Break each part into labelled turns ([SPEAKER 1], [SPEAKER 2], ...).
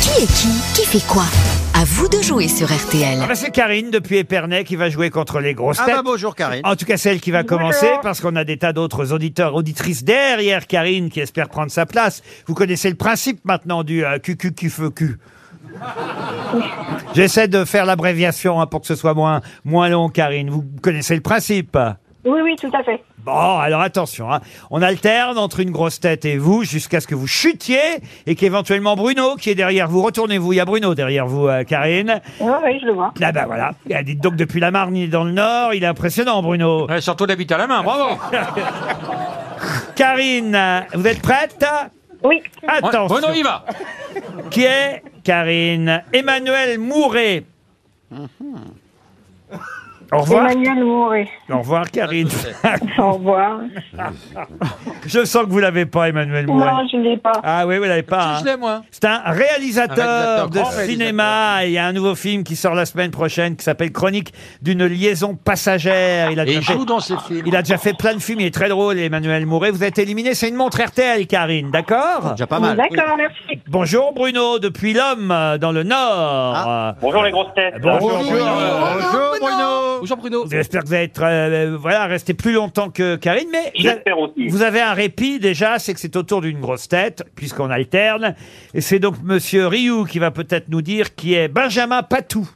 [SPEAKER 1] Qui est qui Qui fait quoi À vous de jouer sur RTL.
[SPEAKER 2] Ah bah, c'est Karine depuis Épernay qui va jouer contre les grosses
[SPEAKER 3] Ah
[SPEAKER 2] têtes.
[SPEAKER 3] bah bonjour Karine.
[SPEAKER 2] En tout cas, celle qui va commencer, parce qu'on a des tas d'autres auditeurs, auditrices derrière Karine qui espèrent prendre sa place. Vous connaissez le principe maintenant du euh, QQQFQ. J'essaie de faire l'abréviation hein, pour que ce soit moins, moins long, Karine. Vous connaissez le principe
[SPEAKER 4] Oui, oui, tout à fait.
[SPEAKER 2] Bon, alors attention, hein. on alterne entre une grosse tête et vous jusqu'à ce que vous chutiez et qu'éventuellement Bruno, qui est derrière vous, retournez-vous, il y a Bruno derrière vous, euh, Karine.
[SPEAKER 4] Oui, oui, je le vois.
[SPEAKER 2] Là, bah voilà, Ah, dites donc depuis la Marne, il est dans le Nord, il est impressionnant, Bruno.
[SPEAKER 3] Ouais, surtout d'habiter à la main, bravo.
[SPEAKER 2] Karine, euh, vous êtes prête
[SPEAKER 4] Oui.
[SPEAKER 2] Attention,
[SPEAKER 3] Bruno y va.
[SPEAKER 2] qui est Karine Emmanuel Mouret. Au revoir,
[SPEAKER 4] Emmanuel Mouret.
[SPEAKER 2] au revoir, Karine.
[SPEAKER 4] Au revoir.
[SPEAKER 2] Je sens que vous l'avez pas, Emmanuel
[SPEAKER 4] Non,
[SPEAKER 2] Mouret.
[SPEAKER 4] je ne l'ai pas.
[SPEAKER 2] Ah oui, vous l'avez pas. hein.
[SPEAKER 3] Je l'ai moi.
[SPEAKER 2] C'est un réalisateur,
[SPEAKER 3] Un réalisateur,
[SPEAKER 2] de
[SPEAKER 3] grand
[SPEAKER 2] cinéma. Et Il y a un nouveau film qui sort la semaine prochaine qui s'appelle Chronique d'une liaison passagère. Il a,
[SPEAKER 3] Et
[SPEAKER 2] déjà
[SPEAKER 3] il
[SPEAKER 2] fait,
[SPEAKER 3] joue dans ses
[SPEAKER 5] Ah.
[SPEAKER 3] films.
[SPEAKER 2] il a déjà fait plein de films. Il est très drôle, Emmanuel Mouret. Vous êtes éliminé. C'est une montre RTL, Karine. D'accord
[SPEAKER 3] Déjà pas mal.
[SPEAKER 4] D'accord, merci.
[SPEAKER 2] Bonjour, Bruno, depuis l'homme euh, dans le Nord. Euh,
[SPEAKER 6] Ah. Bonjour les grosses têtes.
[SPEAKER 2] Bonjour.
[SPEAKER 3] Bonjour,
[SPEAKER 5] Oh,
[SPEAKER 3] euh, bonjour Bruno. Bonjour Bruno.
[SPEAKER 2] J'espère que vous allez être, euh, voilà, rester plus longtemps que Karine. Mais vous avez-
[SPEAKER 6] J'espère aussi.
[SPEAKER 2] Vous avez un répit déjà, c'est que c'est autour d'une grosse tête, puisqu'on alterne. Et c'est donc Monsieur Rioux qui va peut-être nous dire qui est Benjamin Patou.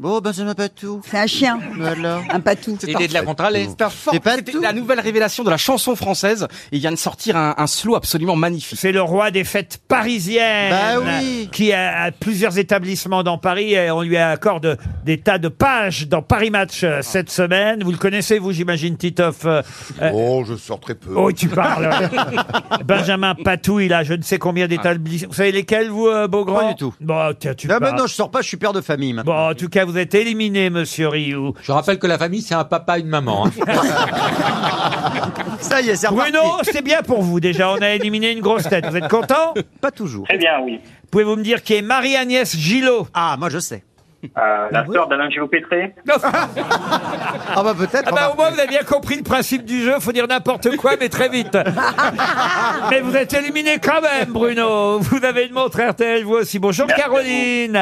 [SPEAKER 3] Bon ben ça m'appelle tout.
[SPEAKER 7] C'est un chien,
[SPEAKER 3] Voilà.
[SPEAKER 7] un patou.
[SPEAKER 5] Il est de la contralée.
[SPEAKER 3] C'est un fort-
[SPEAKER 5] C'est pas
[SPEAKER 3] c'était
[SPEAKER 5] tout.
[SPEAKER 3] la nouvelle révélation de la chanson française. Il vient de sortir un, un slow absolument magnifique.
[SPEAKER 2] C'est le roi des fêtes parisiennes,
[SPEAKER 3] Bah oui.
[SPEAKER 2] qui a, a plusieurs établissements dans Paris et on lui accorde des tas de pages dans Paris Match euh, cette semaine. Vous le connaissez, vous, j'imagine, Titoff. euh, euh,
[SPEAKER 8] Oh, je sors très peu.
[SPEAKER 2] oh, tu parles. Benjamin Patou, il a je ne sais combien d'établissements. Vous savez lesquels, vous, euh, Beaugrand
[SPEAKER 3] Pas du tout.
[SPEAKER 2] Bon, tiens, tu
[SPEAKER 3] Ah, Non,
[SPEAKER 2] parles.
[SPEAKER 3] maintenant je sors pas, je suis père de famille maintenant.
[SPEAKER 2] Bon, en tout cas, vous êtes éliminé, Monsieur Rioux.
[SPEAKER 5] Je rappelle que la famille, c'est un papa et une maman. hein.
[SPEAKER 3] Ça y est, c'est reparti.
[SPEAKER 2] Bruno, c'est bien pour vous déjà. On a éliminé une grosse tête. Vous êtes content
[SPEAKER 3] Pas toujours.
[SPEAKER 6] Très bien, oui.
[SPEAKER 2] Pouvez-vous me dire qui est Marie-Agnès Gillot
[SPEAKER 3] Ah, moi je sais.
[SPEAKER 6] Euh, la sœur d'Alain Gilopétré.
[SPEAKER 3] Ah bah peut-être.
[SPEAKER 2] Ah bah,
[SPEAKER 3] remarque.
[SPEAKER 2] au moins vous avez bien compris le principe du jeu, faut dire n'importe quoi mais très vite. mais vous êtes éliminé quand même Bruno. Vous avez une montre RTL vous aussi. Bonjour Caroline. Et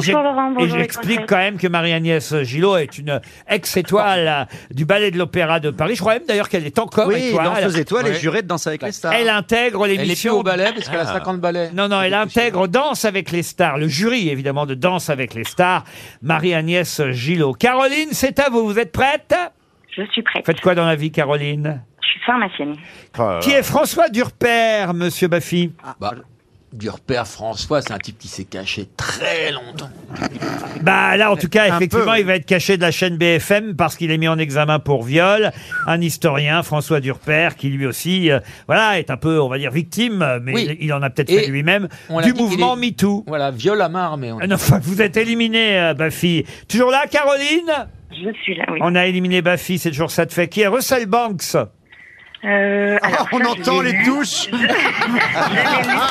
[SPEAKER 2] j'ai-
[SPEAKER 4] Bonjour, Laurent,
[SPEAKER 2] Et
[SPEAKER 4] bonjour,
[SPEAKER 2] j'explique
[SPEAKER 4] Alexandre.
[SPEAKER 2] quand même que Marie-Agnès Gillot est une ex-étoile euh, du ballet de l'Opéra de Paris. Je crois même d'ailleurs qu'elle est encore
[SPEAKER 3] oui,
[SPEAKER 2] étoile.
[SPEAKER 3] danseuse étoile et
[SPEAKER 5] Ouais.
[SPEAKER 3] jurée de danse avec les stars.
[SPEAKER 2] Elle intègre
[SPEAKER 5] Elle est plus au
[SPEAKER 2] l'émission
[SPEAKER 5] ballet parce
[SPEAKER 3] Ah.
[SPEAKER 5] qu'elle a 50 ballets.
[SPEAKER 2] Non, non, elle intègre Danse avec les stars, le jury évidemment de Danse avec les stars, Marie-Agnès Gillot. Caroline, c'est à vous, vous êtes prête
[SPEAKER 4] Je suis prête.
[SPEAKER 2] Faites quoi dans la vie, Caroline
[SPEAKER 4] Je suis pharmacienne.
[SPEAKER 2] Qui est François Durper, monsieur Baffy
[SPEAKER 5] Bah, du repère François, c'est un type qui s'est caché très longtemps.
[SPEAKER 2] Bah là, en tout cas,
[SPEAKER 3] Un
[SPEAKER 2] effectivement,
[SPEAKER 3] peu, oui.
[SPEAKER 2] il va être caché de la chaîne BFM parce qu'il est mis en examen pour viol. Un historien, François Durper, qui lui aussi, euh, voilà, est un peu, on va dire, victime, euh, mais
[SPEAKER 5] Oui.
[SPEAKER 2] il- il en a peut-être
[SPEAKER 5] Et
[SPEAKER 2] fait lui-même,
[SPEAKER 5] on l'a
[SPEAKER 2] du
[SPEAKER 5] dit qu'il
[SPEAKER 2] mouvement
[SPEAKER 5] est-
[SPEAKER 2] MeToo.
[SPEAKER 5] Voilà, viol à main armée.
[SPEAKER 2] Ah non, enfin, vous êtes éliminé, euh, Baffy. Toujours là, Caroline
[SPEAKER 4] Je suis là, oui. Ah,
[SPEAKER 2] On a éliminé Baffy, c'est toujours ça de fait. Qui est Russell Banks
[SPEAKER 4] Euh, alors,
[SPEAKER 3] Oh, on
[SPEAKER 4] ça,
[SPEAKER 3] entend
[SPEAKER 4] je l'ai
[SPEAKER 3] les
[SPEAKER 4] lu.
[SPEAKER 3] touches.
[SPEAKER 4] Je l'ai lu,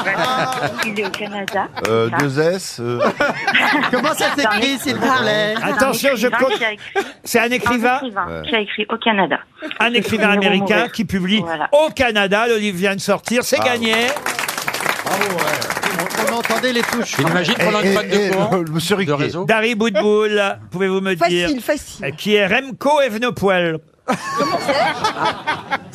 [SPEAKER 4] voilà. Il est au Canada.
[SPEAKER 8] Euh, deux S. euh,
[SPEAKER 3] Comment ça s'écrit, s'il vous plaît
[SPEAKER 4] C'est un
[SPEAKER 2] Attention, je
[SPEAKER 4] écrivain Ah,
[SPEAKER 2] compte-
[SPEAKER 4] qui a écrit-
[SPEAKER 2] C'est un
[SPEAKER 4] un
[SPEAKER 2] écrivain,
[SPEAKER 4] écrivain qui a écrit au Canada.
[SPEAKER 2] un écrivain
[SPEAKER 4] Numéro
[SPEAKER 2] américain
[SPEAKER 4] mauvais.
[SPEAKER 2] qui publie
[SPEAKER 4] Voilà.
[SPEAKER 2] au Canada. Le livre vient de sortir, c'est gagné.
[SPEAKER 3] On entendait Ah, les touches.
[SPEAKER 5] J'imagine qu'on a
[SPEAKER 8] eh,
[SPEAKER 5] une panne
[SPEAKER 8] eh,
[SPEAKER 5] de courant,
[SPEAKER 8] le- Monsieur
[SPEAKER 5] de
[SPEAKER 8] Riquet.
[SPEAKER 5] réseau.
[SPEAKER 2] Dari Boudboul, pouvez-vous me dire
[SPEAKER 7] Facile, facile.
[SPEAKER 2] euh, qui est Remco Evenepoel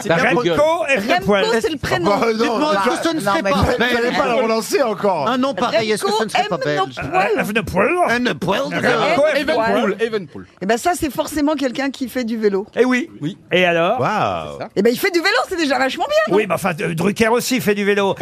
[SPEAKER 2] Remco Evenepoel.
[SPEAKER 7] Remco, c'est le prénom.
[SPEAKER 8] Bah, non,
[SPEAKER 3] Dites-moi,
[SPEAKER 8] bah,
[SPEAKER 3] est-ce que ce ne
[SPEAKER 7] non,
[SPEAKER 3] serait
[SPEAKER 7] mais-
[SPEAKER 3] pas
[SPEAKER 8] mais elle n'est pas la relancer encore.
[SPEAKER 3] un nom pareil Est-ce que ce ne serait pas
[SPEAKER 7] Remco M.
[SPEAKER 3] belge
[SPEAKER 2] Euh,
[SPEAKER 7] Noppoel.
[SPEAKER 2] Evenepoel
[SPEAKER 3] Un
[SPEAKER 2] Remco
[SPEAKER 7] Evenepoel.
[SPEAKER 2] Evenepoel.
[SPEAKER 7] Eh ben ça, c'est forcément quelqu'un qui fait du vélo.
[SPEAKER 2] Eh oui.
[SPEAKER 5] Oui.
[SPEAKER 2] Et alors
[SPEAKER 8] Waouh.
[SPEAKER 7] Eh ben il fait du vélo, c'est déjà vachement bien. non
[SPEAKER 2] Oui, mais enfin, euh, Drucker aussi fait du vélo.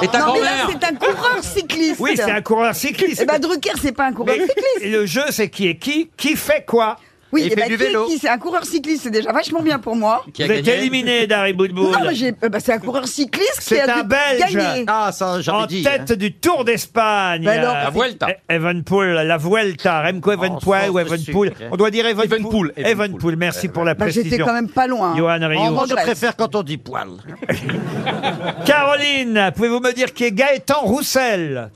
[SPEAKER 5] Et ta
[SPEAKER 7] Non, mais là,
[SPEAKER 5] grand-mère
[SPEAKER 7] c'est un coureur cycliste.
[SPEAKER 2] Oui, c'est un coureur cycliste.
[SPEAKER 7] Eh ben Drucker, c'est pas un coureur
[SPEAKER 2] Mais
[SPEAKER 7] cycliste.
[SPEAKER 2] le jeu, c'est qui est qui, qui fait quoi
[SPEAKER 7] Oui,
[SPEAKER 3] Il
[SPEAKER 7] eh
[SPEAKER 3] fait
[SPEAKER 7] ben,
[SPEAKER 3] du
[SPEAKER 7] qui est
[SPEAKER 3] vélo.
[SPEAKER 7] qui C'est un coureur cycliste, c'est déjà vachement bien pour moi.
[SPEAKER 5] qui a
[SPEAKER 2] Vous êtes
[SPEAKER 5] gagné.
[SPEAKER 2] éliminé, Dari Boudboul.
[SPEAKER 7] Non, mais j'ai- eh ben, c'est un coureur cycliste qui
[SPEAKER 2] C'est
[SPEAKER 7] a
[SPEAKER 2] un
[SPEAKER 7] dû
[SPEAKER 2] Belge.
[SPEAKER 7] gagner.
[SPEAKER 3] Ah, ça,
[SPEAKER 2] en
[SPEAKER 3] j'avais dit.
[SPEAKER 2] tête du Tour d'Espagne.
[SPEAKER 7] Ben alors,
[SPEAKER 2] Euh,
[SPEAKER 5] hein? La Vuelta. Oh,
[SPEAKER 2] E- Evenpool, la Vuelta, Remco Evenpool
[SPEAKER 3] France
[SPEAKER 2] ou
[SPEAKER 3] du
[SPEAKER 2] Evenpool.
[SPEAKER 3] Sud.
[SPEAKER 2] On doit dire Evenpool.
[SPEAKER 5] Evenpool, Evenpool.
[SPEAKER 2] Evenpool,
[SPEAKER 5] Eh
[SPEAKER 2] merci pour la
[SPEAKER 7] Bah, J'étais
[SPEAKER 2] précision.
[SPEAKER 7] quand même pas loin. hein.
[SPEAKER 2] Johan
[SPEAKER 3] Oh,
[SPEAKER 2] Rioux.
[SPEAKER 3] moi, je
[SPEAKER 7] Anglaise.
[SPEAKER 3] préfère quand on dit poil.
[SPEAKER 2] Caroline, pouvez-vous me dire qui est Gaëtan Roussel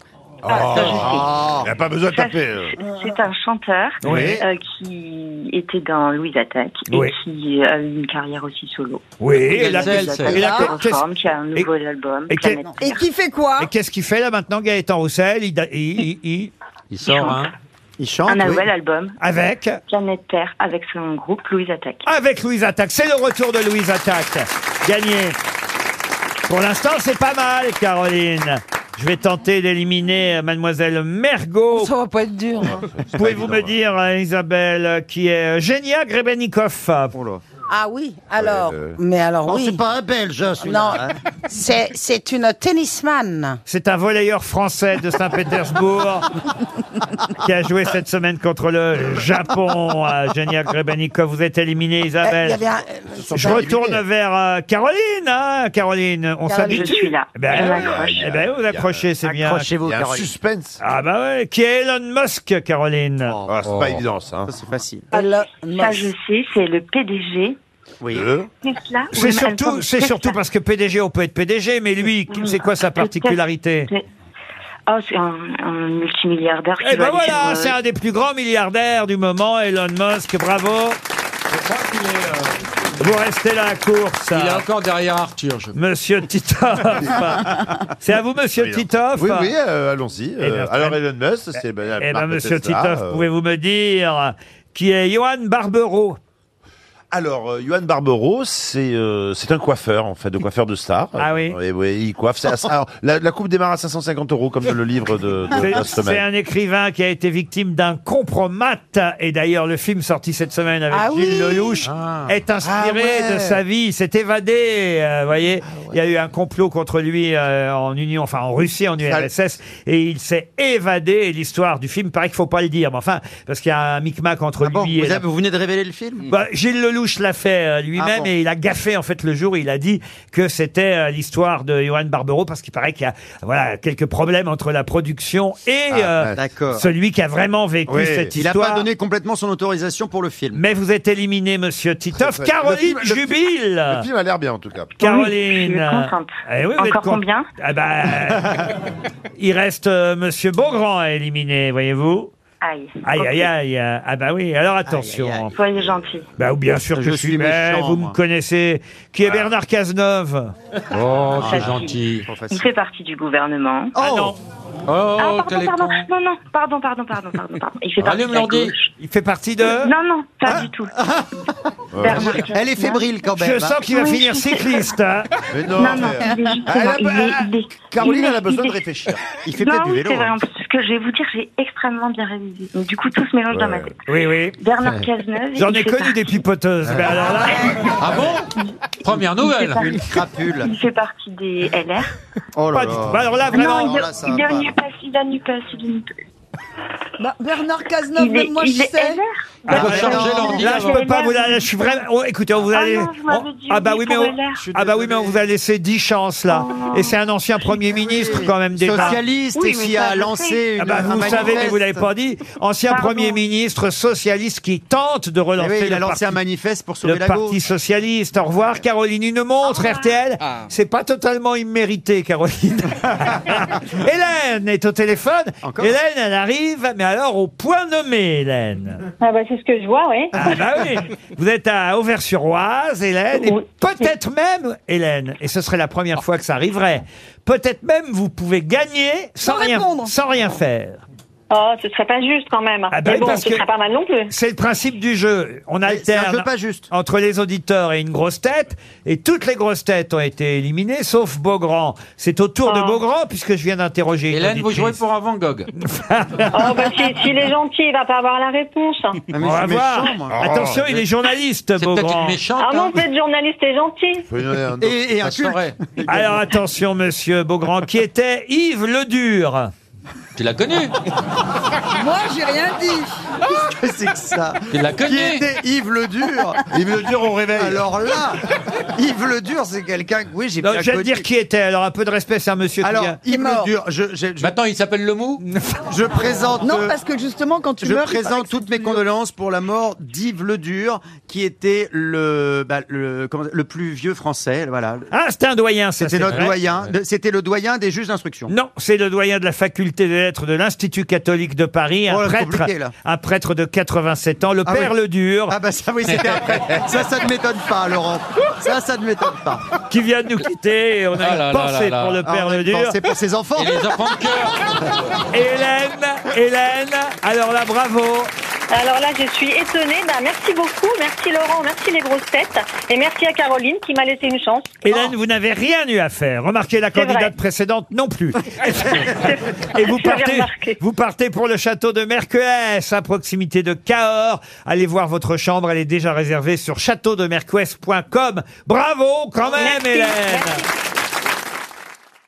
[SPEAKER 4] Ah, ça, je sais.
[SPEAKER 8] Il n'y a pas besoin de
[SPEAKER 4] Ça,
[SPEAKER 8] taper. euh.
[SPEAKER 4] C'est un chanteur
[SPEAKER 2] Oui.
[SPEAKER 4] euh, qui était dans Louise Attack et
[SPEAKER 2] Oui.
[SPEAKER 4] qui a eu une carrière aussi solo.
[SPEAKER 2] Oui, et là,
[SPEAKER 5] Gazel,
[SPEAKER 2] qu'est-ce-
[SPEAKER 5] c'est-
[SPEAKER 2] et
[SPEAKER 4] Il
[SPEAKER 2] là,
[SPEAKER 4] a
[SPEAKER 2] qu'est- qu'est-ce-
[SPEAKER 4] qui a un nouveau album.
[SPEAKER 2] et
[SPEAKER 4] Planète
[SPEAKER 7] Et qui fait quoi
[SPEAKER 2] et qu'est-ce qu'il fait là maintenant, Gaëtan Roussel il, da- il- il- il-
[SPEAKER 5] Il sort, hein
[SPEAKER 9] Il
[SPEAKER 4] Terre.
[SPEAKER 10] Ah,
[SPEAKER 9] chante.
[SPEAKER 4] Un
[SPEAKER 9] oui.
[SPEAKER 4] nouvel album,
[SPEAKER 2] Avec
[SPEAKER 4] Planète Terre, avec son groupe Louise Attack.
[SPEAKER 2] Avec Louise Attaque. C'est le retour de Louise Attaque. Gagné. Pour l'instant, c'est pas mal, Caroline. Je vais tenter d'éliminer euh, Mademoiselle Mergot.
[SPEAKER 10] Oh, Ça va pas être dur. hein.
[SPEAKER 2] Pouvez-vous me dire, euh, Isabelle, euh, qui est euh, Genia Grebennikov
[SPEAKER 8] Oh là.
[SPEAKER 10] Ah oui, alors.
[SPEAKER 8] Ouais, euh.
[SPEAKER 10] Mais
[SPEAKER 3] Oh,
[SPEAKER 10] alors
[SPEAKER 9] Non,
[SPEAKER 10] oui.
[SPEAKER 9] c'est pas un belge, hein,
[SPEAKER 10] Non,
[SPEAKER 9] celui-là. hein.
[SPEAKER 10] c'est c'est une tennisman.
[SPEAKER 2] C'est un volleyeur français de Saint-Pétersbourg qui a joué cette semaine contre le Japon. Euh, Genia Grebennikov, vous êtes
[SPEAKER 10] Euh, Il
[SPEAKER 2] éliminée,
[SPEAKER 10] y
[SPEAKER 4] Eh,
[SPEAKER 2] Isabelle.
[SPEAKER 10] avait un-
[SPEAKER 2] Je retourne vers euh, Caroline, hein, Caroline. On
[SPEAKER 10] Caroline,
[SPEAKER 2] s'habitue.
[SPEAKER 4] Je suis là.
[SPEAKER 2] Eh Ben,
[SPEAKER 9] euh,
[SPEAKER 4] Je
[SPEAKER 2] ouais.
[SPEAKER 4] m'accroche.
[SPEAKER 2] Eh ben, vous accrochez, c'est bien.
[SPEAKER 9] Accrochez-vous,
[SPEAKER 8] Il y a un
[SPEAKER 9] Caroline.
[SPEAKER 8] suspense.
[SPEAKER 2] Ah bah ouais, qui est Elon Musk, Caroline
[SPEAKER 8] Ah, c'est pas évident, ça. hein.
[SPEAKER 9] Ça, c'est facile.
[SPEAKER 10] Elon
[SPEAKER 4] Ça,
[SPEAKER 10] Musk.
[SPEAKER 4] je sais, c'est le PDG.
[SPEAKER 9] Oui.
[SPEAKER 8] Deux.
[SPEAKER 4] Tesla.
[SPEAKER 2] C'est
[SPEAKER 4] Oui,
[SPEAKER 2] surtout,
[SPEAKER 4] Alphonse
[SPEAKER 2] c'est
[SPEAKER 4] Tesla.
[SPEAKER 2] surtout parce que PDG, on peut être PDG, mais lui, c'est quoi sa particularité
[SPEAKER 4] Oh, c'est un, un multimilliardaire qui
[SPEAKER 2] Eh ben
[SPEAKER 4] va aller
[SPEAKER 2] voilà, c'est
[SPEAKER 4] sur, euh,
[SPEAKER 2] un des plus grands milliardaires du moment, Elon Musk, bravo
[SPEAKER 8] euh,
[SPEAKER 2] Vous restez là à la course,
[SPEAKER 5] Il est
[SPEAKER 2] hein.
[SPEAKER 5] encore derrière Arthur, je
[SPEAKER 2] monsieur Titoff C'est à vous, monsieur Titoff
[SPEAKER 8] Oui, oui, euh, allons-y.
[SPEAKER 2] Eh bien,
[SPEAKER 8] Euh, alors, Elon Musk, c'est. ben, la
[SPEAKER 2] Eh ben,
[SPEAKER 8] marque
[SPEAKER 2] monsieur
[SPEAKER 8] Tesla,
[SPEAKER 2] Titoff,
[SPEAKER 8] euh,
[SPEAKER 2] pouvez-vous me dire qui est Johan Barbero
[SPEAKER 8] Alors, euh, Johan Barbero, c'est euh, c'est un coiffeur, en fait, de coiffeur de star.
[SPEAKER 2] Ah oui.
[SPEAKER 8] Euh, oui, il coiffe. C'est à- alors, la, la coupe démarre à 550 euros, comme le livre de, de
[SPEAKER 2] C'est-
[SPEAKER 8] la
[SPEAKER 2] C'est
[SPEAKER 8] semaine.
[SPEAKER 2] un écrivain qui a été victime d'un compromat. Et d'ailleurs, le film sorti cette semaine avec
[SPEAKER 10] Ah
[SPEAKER 2] Gilles
[SPEAKER 10] oui.
[SPEAKER 2] Lelouch est inspiré
[SPEAKER 9] Ah ouais.
[SPEAKER 2] de sa vie. Il s'est évadé, euh, voyez. Il y a eu un complot contre lui euh, en Union, enfin en Russie, en URSS. Et il s'est évadé. Et L'histoire du film, paraît qu'il faut pas le dire. Mais enfin, parce qu'il y a un micmac entre
[SPEAKER 9] Ah bon,
[SPEAKER 2] lui
[SPEAKER 9] vous,
[SPEAKER 2] et la
[SPEAKER 9] avez- vous venez de révéler le film
[SPEAKER 2] bah, Gilles Lelouch l'a fait euh, lui-même
[SPEAKER 9] Ah bon.
[SPEAKER 2] et il a gaffé en fait le jour où il a dit que c'était euh, l'histoire de Johan Barbero parce qu'il paraît qu'il y a voilà quelques problèmes entre la production et euh,
[SPEAKER 9] Ah, D'accord.
[SPEAKER 2] celui qui a vraiment vécu
[SPEAKER 8] Oui.
[SPEAKER 2] cette
[SPEAKER 9] Il n'a
[SPEAKER 2] histoire.
[SPEAKER 9] pas donné complètement son autorisation pour le film.
[SPEAKER 2] Mais vous êtes éliminé, Monsieur Titoff.
[SPEAKER 8] Très, très-
[SPEAKER 2] Caroline
[SPEAKER 8] le film- le
[SPEAKER 2] Jubile.
[SPEAKER 8] Le film a l'air bien, en tout cas.
[SPEAKER 2] Caroline.
[SPEAKER 4] Oui, je suis contente.
[SPEAKER 2] Eh oui, vous êtes
[SPEAKER 4] Encore
[SPEAKER 2] con-
[SPEAKER 4] combien
[SPEAKER 2] Ah bah, il reste euh, Monsieur Beaugrand à éliminer, voyez-vous.
[SPEAKER 4] Aïe.
[SPEAKER 2] Aïe
[SPEAKER 4] Ok.
[SPEAKER 2] aïe aïe. euh, Ah bah oui. Alors attention.
[SPEAKER 9] aïe.
[SPEAKER 4] Soyez gentils.
[SPEAKER 2] Bah, ou bien sûr que
[SPEAKER 9] Je
[SPEAKER 2] je
[SPEAKER 9] suis
[SPEAKER 2] suis, mais
[SPEAKER 9] méchant,
[SPEAKER 2] vous me
[SPEAKER 9] moi.
[SPEAKER 2] connaissez. Qui est Bernard Cazeneuve
[SPEAKER 5] Oh,
[SPEAKER 4] c'est gentil.
[SPEAKER 5] c'est gentil.
[SPEAKER 9] Trop facile.
[SPEAKER 4] Il fait partie du gouvernement.
[SPEAKER 2] Ah non,
[SPEAKER 5] Oh,
[SPEAKER 4] ah, pardon,
[SPEAKER 5] quel est con.
[SPEAKER 4] pardon. Non, non, pardon, pardon, pardon, pardon. pardon. Il fait partie
[SPEAKER 5] Rallume
[SPEAKER 4] de la
[SPEAKER 5] l'ordi.
[SPEAKER 4] gauche.
[SPEAKER 2] il fait partie de...
[SPEAKER 4] Euh, Non, non, pas du tout. Bernard
[SPEAKER 9] Elle est
[SPEAKER 4] Cazeneuve.
[SPEAKER 9] fébrile quand même.
[SPEAKER 2] Je
[SPEAKER 9] hein.
[SPEAKER 2] sens qu'il va
[SPEAKER 4] Oui.
[SPEAKER 2] finir cycliste. hein.
[SPEAKER 8] Mais non,
[SPEAKER 4] Non, non,
[SPEAKER 8] mais-
[SPEAKER 4] il est
[SPEAKER 8] Ah, elle a-
[SPEAKER 4] justement- il est- il est-
[SPEAKER 8] Caroline,
[SPEAKER 4] il est-
[SPEAKER 8] elle a besoin
[SPEAKER 4] il
[SPEAKER 8] de
[SPEAKER 4] est-
[SPEAKER 8] réfléchir.
[SPEAKER 9] Il fait
[SPEAKER 4] non,
[SPEAKER 9] peut-être du
[SPEAKER 4] oui,
[SPEAKER 9] vélo.
[SPEAKER 4] c'est vrai.
[SPEAKER 9] hein.
[SPEAKER 4] en plus, Ce que je vais vous dire, j'ai extrêmement bien révisé. Donc, du coup, tout se mélange dans ma tête.
[SPEAKER 2] Oui, oui.
[SPEAKER 4] Bernard Cazeneuve.
[SPEAKER 2] J'en
[SPEAKER 4] il
[SPEAKER 2] ai
[SPEAKER 4] fait
[SPEAKER 2] connu des pipoteuses. Mais alors là,
[SPEAKER 5] Ah bon Première nouvelle
[SPEAKER 4] partie-
[SPEAKER 9] Une crapule.
[SPEAKER 4] Il fait partie des LR.
[SPEAKER 9] Oh là
[SPEAKER 2] pas du tout. Bah
[SPEAKER 9] là.
[SPEAKER 2] alors là,
[SPEAKER 11] Ah
[SPEAKER 4] Non,
[SPEAKER 2] vraiment...
[SPEAKER 4] il, est-
[SPEAKER 9] là, ça
[SPEAKER 4] il
[SPEAKER 9] va
[SPEAKER 4] est
[SPEAKER 9] pas.
[SPEAKER 4] au NUPES, il est au NUPES, il est au NUPES.
[SPEAKER 7] Bah, Bernard Cazeneuve,
[SPEAKER 4] Il est,
[SPEAKER 7] même moi je
[SPEAKER 4] il est
[SPEAKER 7] sais.
[SPEAKER 4] LR.
[SPEAKER 2] Ah,
[SPEAKER 9] faut
[SPEAKER 2] bah,
[SPEAKER 9] changer l'ordi
[SPEAKER 2] Là, je
[SPEAKER 4] avant.
[SPEAKER 2] peux pas vous la... Je suis vraiment... oh, écoutez, on vous
[SPEAKER 4] Ah
[SPEAKER 2] a...
[SPEAKER 4] non, vous m'avez dit
[SPEAKER 2] ah bah
[SPEAKER 4] oui
[SPEAKER 2] oui, mais
[SPEAKER 4] pour Oh.
[SPEAKER 2] on...
[SPEAKER 4] LR.
[SPEAKER 9] Je suis
[SPEAKER 2] Ah bah oui, mais
[SPEAKER 9] désolé.
[SPEAKER 2] on vous a laissé 10 chances, là. Et c'est un ancien Premier ministre, quand même, déjà.
[SPEAKER 9] Socialiste
[SPEAKER 4] Oui,
[SPEAKER 9] et
[SPEAKER 4] mais
[SPEAKER 9] qui
[SPEAKER 4] ça,
[SPEAKER 9] a
[SPEAKER 4] je sais.
[SPEAKER 9] lancé une,
[SPEAKER 2] Ah bah, vous
[SPEAKER 9] un
[SPEAKER 2] savez, mais
[SPEAKER 9] manifeste. Eh
[SPEAKER 2] vous l'avez pas dit. Ancien
[SPEAKER 4] Pardon.
[SPEAKER 2] Premier ministre socialiste qui tente de
[SPEAKER 9] Eh
[SPEAKER 2] relancer
[SPEAKER 9] oui, il a
[SPEAKER 2] le
[SPEAKER 9] lancé
[SPEAKER 2] parti
[SPEAKER 9] un manifeste pour sauver
[SPEAKER 2] le
[SPEAKER 9] la
[SPEAKER 2] Parti
[SPEAKER 9] gauche.
[SPEAKER 2] Socialiste. Au revoir, Caroline. Une montre, RTL.
[SPEAKER 9] Ah.
[SPEAKER 2] C'est pas totalement immérité, Caroline. Hélène est au téléphone.
[SPEAKER 9] Encore
[SPEAKER 2] Hélène, elle arrive, mais alors au point nommé, Hélène.
[SPEAKER 11] Ah bah c'est ce que je vois, ouais.
[SPEAKER 2] Ah bah oui. Vous êtes à Auvers-sur-Oise, Hélène. Et
[SPEAKER 11] Oui.
[SPEAKER 2] peut-être même, Hélène, et ce serait la première fois que ça arriverait, peut-être même vous pouvez gagner sans,
[SPEAKER 7] Sans
[SPEAKER 2] rien,
[SPEAKER 7] répondre.
[SPEAKER 2] sans rien faire.
[SPEAKER 11] Oh, ce serait pas juste quand même.
[SPEAKER 2] Ah bah
[SPEAKER 11] Mais bon,
[SPEAKER 2] parce
[SPEAKER 11] ce
[SPEAKER 2] que-
[SPEAKER 11] serait pas mal non plus.
[SPEAKER 2] C'est le principe du jeu. On
[SPEAKER 9] C'est un
[SPEAKER 2] alterne
[SPEAKER 9] peu pas juste.
[SPEAKER 2] entre les auditeurs et une grosse tête. Et toutes les grosses têtes ont été éliminées, sauf Beaugrand. C'est au tour de
[SPEAKER 11] Ah.
[SPEAKER 2] Beaugrand, puisque je viens d'interroger une
[SPEAKER 5] Hélène, vous
[SPEAKER 2] auditrice.
[SPEAKER 5] jouez pour un Van Gogh. Ah,
[SPEAKER 11] Oh bah si- s'il est gentil, il va pas avoir la réponse.
[SPEAKER 9] Ah,
[SPEAKER 2] On
[SPEAKER 9] mais je
[SPEAKER 2] va
[SPEAKER 9] suis
[SPEAKER 2] voir.
[SPEAKER 9] méchant, moi.
[SPEAKER 2] Attention, il est journaliste,
[SPEAKER 5] Ah. C'est peut-être
[SPEAKER 2] Beaugrand.
[SPEAKER 5] une méchante.
[SPEAKER 11] Ah
[SPEAKER 5] hein.
[SPEAKER 11] non, peut-être journaliste et gentil.
[SPEAKER 8] Faut lui donner un autre.
[SPEAKER 9] Et, et un
[SPEAKER 5] Ça
[SPEAKER 9] culte.
[SPEAKER 5] saurait.
[SPEAKER 2] Alors attention, monsieur Beaugrand, qui était Yves Ledur.
[SPEAKER 5] Tu l'as connu
[SPEAKER 7] Moi j'ai rien dit.
[SPEAKER 9] Qu'est-ce que c'est que ça
[SPEAKER 5] Tu l'as
[SPEAKER 9] Qui
[SPEAKER 5] connu
[SPEAKER 9] était Yves Le Dur
[SPEAKER 8] Il veut dire au réveil.
[SPEAKER 9] Alors là, Yves Le Dur, c'est quelqu'un que oui, j'ai
[SPEAKER 2] Non,
[SPEAKER 9] bien
[SPEAKER 2] je vais
[SPEAKER 9] connu.
[SPEAKER 2] dire qui était. Alors un peu de respect, c'est un monsieur qui
[SPEAKER 9] Alors,
[SPEAKER 2] vient-
[SPEAKER 9] Yves
[SPEAKER 7] mort.
[SPEAKER 9] Le Dur, je, je, je,
[SPEAKER 5] Maintenant, il s'appelle Le Mou
[SPEAKER 9] je présente.
[SPEAKER 7] Non,
[SPEAKER 9] euh,
[SPEAKER 7] parce que justement, quand tu
[SPEAKER 9] Je
[SPEAKER 7] meurs. il paraît
[SPEAKER 9] présente
[SPEAKER 7] que
[SPEAKER 9] toutes
[SPEAKER 7] c'est
[SPEAKER 9] mes
[SPEAKER 7] plus dur.
[SPEAKER 9] condoléances pour la mort d'Yves Le Dur, qui était le, bah, le, comment- le plus vieux français. Voilà.
[SPEAKER 2] Ah, c'était un doyen, ça,
[SPEAKER 9] C'était
[SPEAKER 2] c'est
[SPEAKER 9] notre
[SPEAKER 2] vrai.
[SPEAKER 9] doyen. de- C'était le doyen des juges d'instruction.
[SPEAKER 2] Non, c'est le doyen de la faculté des lettres de l'Institut catholique de Paris, un,
[SPEAKER 9] Oh là, c'est
[SPEAKER 2] prêtre,
[SPEAKER 9] compliqué, là.
[SPEAKER 2] un prêtre de 87 ans, le
[SPEAKER 9] Ah
[SPEAKER 2] père
[SPEAKER 9] oui.
[SPEAKER 2] Le Dur.
[SPEAKER 9] Ah bah ça oui, c'était après. Ça, ça ne m'étonne pas, Laurent. Ça, ça ne m'étonne pas.
[SPEAKER 2] Qui vient de nous quitter. et On a
[SPEAKER 9] Ah
[SPEAKER 2] une
[SPEAKER 9] là là
[SPEAKER 2] pensée
[SPEAKER 9] là là.
[SPEAKER 2] pour le
[SPEAKER 9] Ah,
[SPEAKER 2] père
[SPEAKER 9] on a
[SPEAKER 2] Le
[SPEAKER 9] une
[SPEAKER 2] Dur.
[SPEAKER 9] pensée pour ses enfants. Et les enfants de
[SPEAKER 2] cœur. Hélène, Hélène, alors là, bravo.
[SPEAKER 4] Alors là, je suis étonnée. Bah, merci beaucoup. Merci Laurent, merci les grosses têtes. Et merci à Caroline qui m'a laissé une chance.
[SPEAKER 2] Hélène, vous n'avez rien eu à faire. Remarquez la
[SPEAKER 4] Oh. C'est
[SPEAKER 2] candidate
[SPEAKER 4] vrai.
[SPEAKER 2] précédente non plus. Et vous partez, vous partez pour le château de Mercues, à proximité de Cahors. Allez voir votre chambre, elle est déjà réservée sur châteaudemercues.com. Bravo quand même, Hélène.